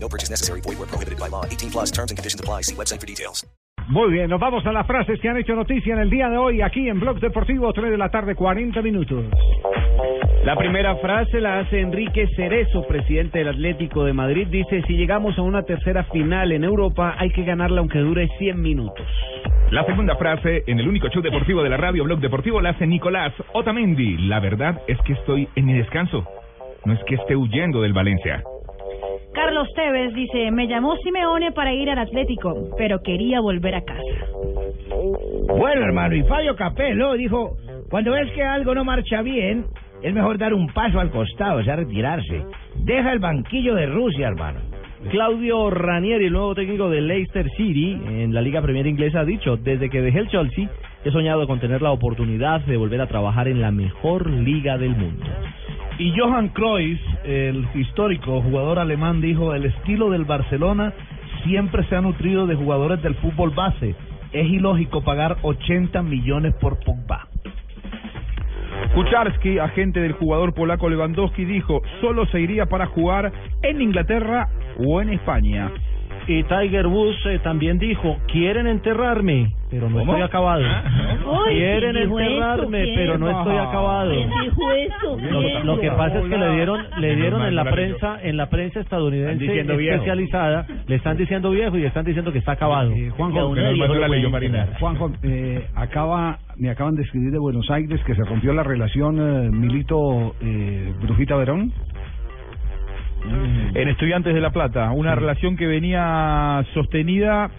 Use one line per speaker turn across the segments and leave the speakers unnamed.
No purchase necessary. Void where prohibited by law. 18 plus terms and conditions apply. See website for details.
Muy bien, nos vamos a las frases que han hecho noticia en el día de hoy aquí en Blog Deportivo, 3 de la tarde, 40 minutos.
La primera frase la hace Enrique Cerezo, presidente del Atlético de Madrid. Dice, si llegamos a una tercera final en Europa, hay que ganarla aunque dure 100 minutos.
La segunda frase en el único show deportivo de la radio Blog Deportivo la hace Nicolás Otamendi. La verdad es que estoy en mi descanso. No es que esté huyendo del Valencia.
Carlos Tevez dice, me llamó Simeone para ir al Atlético, pero quería volver a casa.
Bueno, hermano, y Fabio Capello dijo, cuando ves que algo no marcha bien, es mejor dar un paso al costado, o sea, retirarse. Deja el banquillo de Rusia, hermano.
Claudio Ranieri, el nuevo técnico de Leicester City en la Liga Premier Inglesa, ha dicho, desde que dejé el Chelsea, he soñado con tener la oportunidad de volver a trabajar en la mejor liga del mundo.
Y Johan Cruyff, el histórico jugador alemán, dijo, el estilo del Barcelona siempre se ha nutrido de jugadores del fútbol base. Es ilógico pagar 80 millones por Pogba.
Kucharski, agente del jugador polaco Lewandowski, dijo, solo se iría para jugar en Inglaterra o en España.
Y Tiger Woods eh, también dijo, quieren enterrarme, pero no
¿Cómo?
estoy acabado.
Ah,
Uy,
Quieren
¿quién dijo
enterrarme,
eso?
pero no
¿Quién?
estoy acabado.
¿Quién dijo eso?
Lo, lo que pasa es que le dieron, le dieron en la
Menos mal,
prensa, en la prensa estadounidense
Están diciendo viejo.
especializada, le están diciendo viejo y le están diciendo que está acabado.
Eh,
Que
Juanjo,
aún no mandó la ley, yo, Marina.
Juanjo, eh, acaba, me acaban de escribir de Buenos Aires que se rompió la relación eh, Milito eh, Brujita Verón.
en Estudiantes de La Plata, una relación que venía sostenida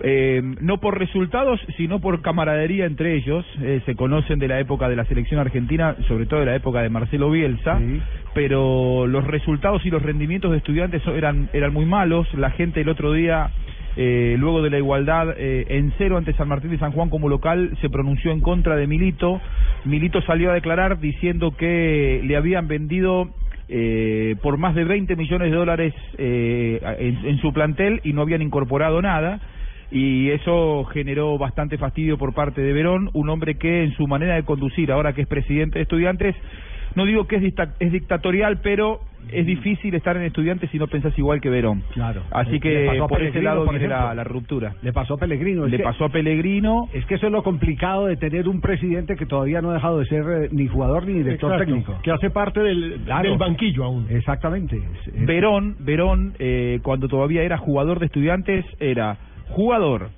eh, no por resultados, sino por camaradería entre ellos. Eh, se conocen de la época de la selección argentina, sobre todo de la época de Marcelo Bielsa,
Sí.
pero los resultados y los rendimientos de estudiantes eran, eran muy malos. La gente el otro día... eh, luego de la igualdad eh, en cero ante San Martín de San Juan como local, se pronunció en contra de Milito. Milito salió a declarar diciendo que le habían vendido eh, por más de 20 millones de dólares eh, en, en su plantel y no habían incorporado nada. Y eso generó bastante fastidio por parte de Verón, un hombre que en su manera de conducir, ahora que es presidente de estudiantes, no digo que es, dicta- es dictatorial, pero es difícil estar en estudiantes si no pensás igual que Verón.
Mm. Claro.
Así
Eh, le
que
pasó a
por ese
Pellegrino,
lado
por
viene la,
ejemplo.
la ruptura.
Le pasó a Pellegrino. es
Le
que-
pasó a Pellegrino,
Es que eso es lo complicado de tener un presidente que todavía no ha dejado de ser eh, ni jugador ni director técnico.
Que hace parte del,
Claro.
del banquillo aún.
Exactamente. Es- es-
Verón, Verón eh, cuando todavía era jugador de estudiantes, era jugador,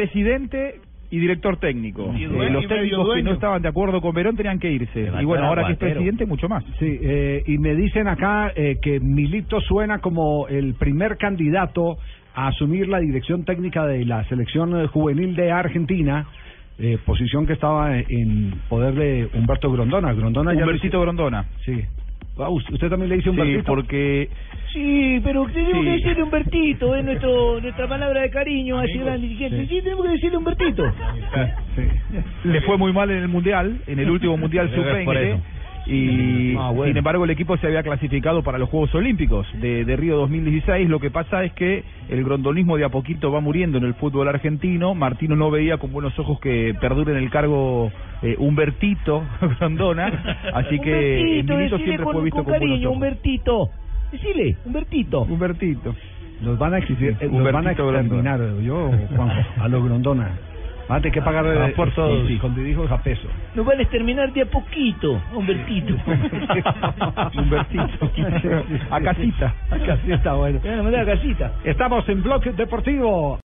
presidente y director técnico.
Y
Eh,
dueño,
los
y medio
técnicos que
dueño.
no estaban de acuerdo con Verón tenían que irse. Y bueno, ahora que es presidente, mucho más.
Sí, eh, y me dicen acá eh, que Milito suena como el primer candidato a asumir la dirección técnica de la selección eh, juvenil de Argentina, eh, posición que estaba en poder de Humberto Grondona. Grondona ya lo
Humbertito Grondona.
hizo- Sí. Ah, ¿Usted usted también le dice
Sí,
Humbertito?
porque
Sí, pero tenemos
Sí.
que decirle a Humbertito, es nuestro, nuestra palabra de cariño hacia el gran dirigente. Sí, tenemos que decirle a Humbertito.
Ah, le fue muy mal en el Mundial, en el último Mundial Sub-20. Y
Ah, bueno.
sin embargo el equipo se había clasificado para los Juegos Olímpicos de, de Río 2016. Lo que pasa es que el grondolismo de a poquito va muriendo en el fútbol argentino. Martino no veía con buenos ojos que perdure en el cargo eh, Humbertito Grondona. Así que
Humbertito,
Milito
decirle
siempre
con,
fue visto
con
con buenos
cariño,
ojos.
Humbertito. Decile, Humbertito.
Humbertito.
Nos van a exigir, eh, nos van a
Humbertito Grondona.
exterminar, yo, Juanjo, a los Grondona. Van a tener que pagar eh,
Ah, por todos.
sí, escondiditos a peso.
Nos van a exterminar de a poquito, a Humbertito.
Humbertito. A casita.
Así está bueno.
Nos van a mandar a casita.
Estamos en Bloque Deportivo.